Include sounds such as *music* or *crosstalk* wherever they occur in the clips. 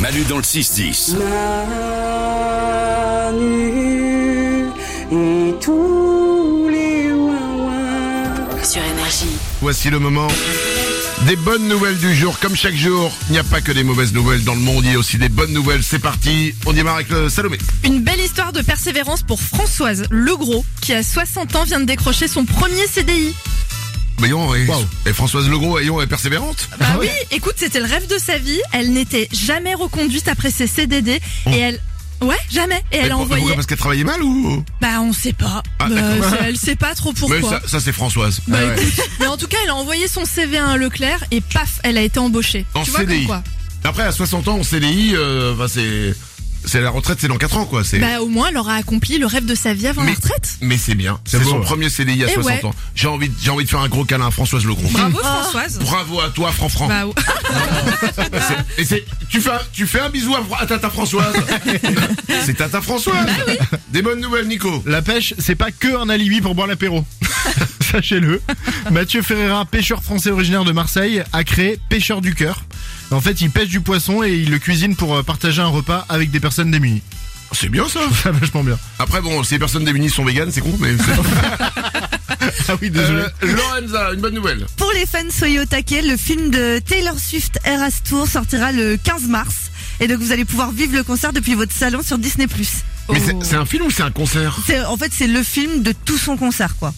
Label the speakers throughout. Speaker 1: Manu dans le 6-10.
Speaker 2: Manu et tous les ouin-ouin.
Speaker 3: sur énergie.
Speaker 4: Voici le moment des bonnes nouvelles du jour. Comme chaque jour, il n'y a pas que des mauvaises nouvelles dans le monde, il y a aussi des bonnes nouvelles. C'est parti, on démarre avec le Salomé.
Speaker 5: Une belle histoire de persévérance pour Françoise Legros, qui à 60 ans vient de décrocher son premier CDI.
Speaker 4: Ah Voyons, et, et Françoise Legros, ayons, est persévérante.
Speaker 5: Bah oui, écoute, c'était le rêve de sa vie. Elle n'était jamais reconduite après ses CDD. Et elle... Ouais, jamais. Et elle a
Speaker 4: pour- Oh. pourquoi,
Speaker 5: envoyé...
Speaker 4: Parce qu'elle travaillait mal ou
Speaker 5: Bah on sait pas.
Speaker 4: Ah,
Speaker 5: Bah,
Speaker 4: d'accord.
Speaker 5: c'est- elle sait pas trop
Speaker 4: Mais
Speaker 5: pourquoi.
Speaker 4: ça, Ah ça, c'est Françoise.
Speaker 5: Bah écoute, mais en tout cas, elle a envoyé son CV à un Leclerc et paf, elle a été embauchée.
Speaker 4: En
Speaker 5: tu vois
Speaker 4: CDI.
Speaker 5: comme quoi
Speaker 4: Après, à 60 ans, en CDI, euh, bah, c'est c'est la retraite, c'est dans 4 ans quoi. C'est
Speaker 5: Bah au moins, elle aura accompli le rêve de sa vie avant
Speaker 4: Mais-
Speaker 5: la retraite.
Speaker 4: mais c'est bien. C'est
Speaker 6: beau,
Speaker 4: son
Speaker 6: ouais.
Speaker 4: premier CDI à
Speaker 5: Eh
Speaker 4: 60
Speaker 5: ouais.
Speaker 4: ans. J'ai envie, de- j'ai envie de faire un gros câlin à Françoise Legros.
Speaker 5: Bravo Françoise.
Speaker 4: Bravo à toi, Franfran.
Speaker 5: Bah, ouais.
Speaker 4: Et c'est, tu fais, un- tu fais un bisou à, à
Speaker 7: *laughs*
Speaker 4: Tata Françoise. c'est Tata Françoise.
Speaker 7: Bah
Speaker 4: Des bonnes nouvelles, Nico.
Speaker 6: La pêche, c'est pas que un alibi pour boire l'apéro. *laughs* Sachez-le. Mathieu Ferreira, pêcheur français originaire de Marseille, a créé Pêcheur du cœur. En fait, il pêche du poisson et il le cuisine pour euh, partager un repas avec des personnes démunies. *laughs*
Speaker 4: C'est bien ça.
Speaker 6: Ça vachement bien.
Speaker 4: Après, bon, si les personnes démunies sont véganes, c'est con, mais
Speaker 7: *laughs*
Speaker 4: c'est
Speaker 6: Ah oui,
Speaker 4: Euh, Lorenza, une bonne nouvelle.
Speaker 7: Pour les fans, soyez au taquet. Le film de Taylor Swift Eras Tour sortira le 15 mars. Et donc vous allez pouvoir vivre le concert depuis votre salon sur Disney+.
Speaker 4: Mais
Speaker 7: Oh.
Speaker 4: c'est, c'est un film ou c'est un concert
Speaker 7: C'est- En fait, c'est le film de tout son concert, quoi.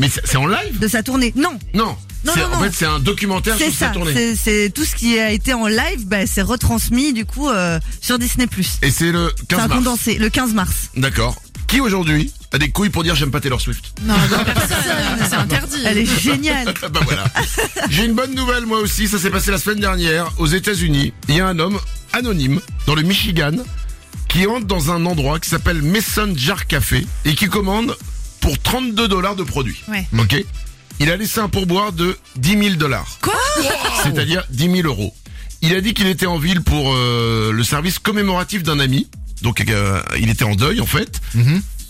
Speaker 4: Mais c'est, c'est en live
Speaker 7: De sa tournée. Non,
Speaker 4: Non.
Speaker 7: Non,
Speaker 4: C'est-
Speaker 7: non,
Speaker 4: En
Speaker 7: non.
Speaker 4: fait, c'est un documentaire
Speaker 7: c'est
Speaker 4: sur sa
Speaker 7: ça.
Speaker 4: tournée.
Speaker 7: C'est- C'est tout ce qui a été en live, bah, c'est retransmis du coup euh, sur Disney+.
Speaker 4: Et c'est le
Speaker 7: C'est
Speaker 4: 15
Speaker 7: un
Speaker 4: mars.
Speaker 7: condensé, le 15 mars.
Speaker 4: D'accord. Qui aujourd'hui a des couilles pour dire j'aime pas Taylor Swift
Speaker 5: Non, non, personne, c'est interdit.
Speaker 7: Elle est géniale.
Speaker 4: Bah voilà. J'ai une bonne nouvelle moi aussi, ça s'est passé la semaine dernière aux États-Unis. Il y a un homme anonyme dans le Michigan qui entre dans un endroit qui s'appelle Mason Jar Café et qui commande pour 32 dollars de produits.
Speaker 5: Ouais.
Speaker 4: OK. Il a laissé un pourboire de 10 000 dollars. Oh
Speaker 5: Quoi
Speaker 4: C'est-à-dire 10 000 euros. Il a dit qu'il était en ville pour euh, le service commémoratif d'un ami. Donc euh, il était en deuil en fait.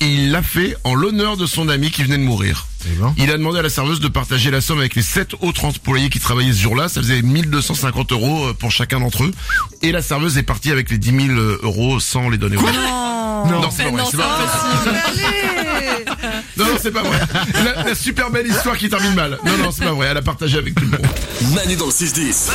Speaker 4: Et il l'a fait en l'honneur de son ami qui venait de mourir.
Speaker 6: ben.
Speaker 4: Hein Il a demandé à la serveuse de partager la somme avec les sept autres employés qui travaillaient ce jour-là. Ça faisait 1250 euros euh, pour chacun d'entre eux. Et la serveuse est partie avec les 10 000 euros sans les donner. aux gens.
Speaker 7: Non.
Speaker 4: non, c'est pas vrai. c'est
Speaker 5: Oh,
Speaker 4: pas vrai.
Speaker 7: Allez.
Speaker 4: Non, non, c'est pas vrai. La, la super belle histoire qui termine mal. Non, non, c'est pas vrai. Elle a partagé avec tout le monde.
Speaker 1: Manu dans le 6-10.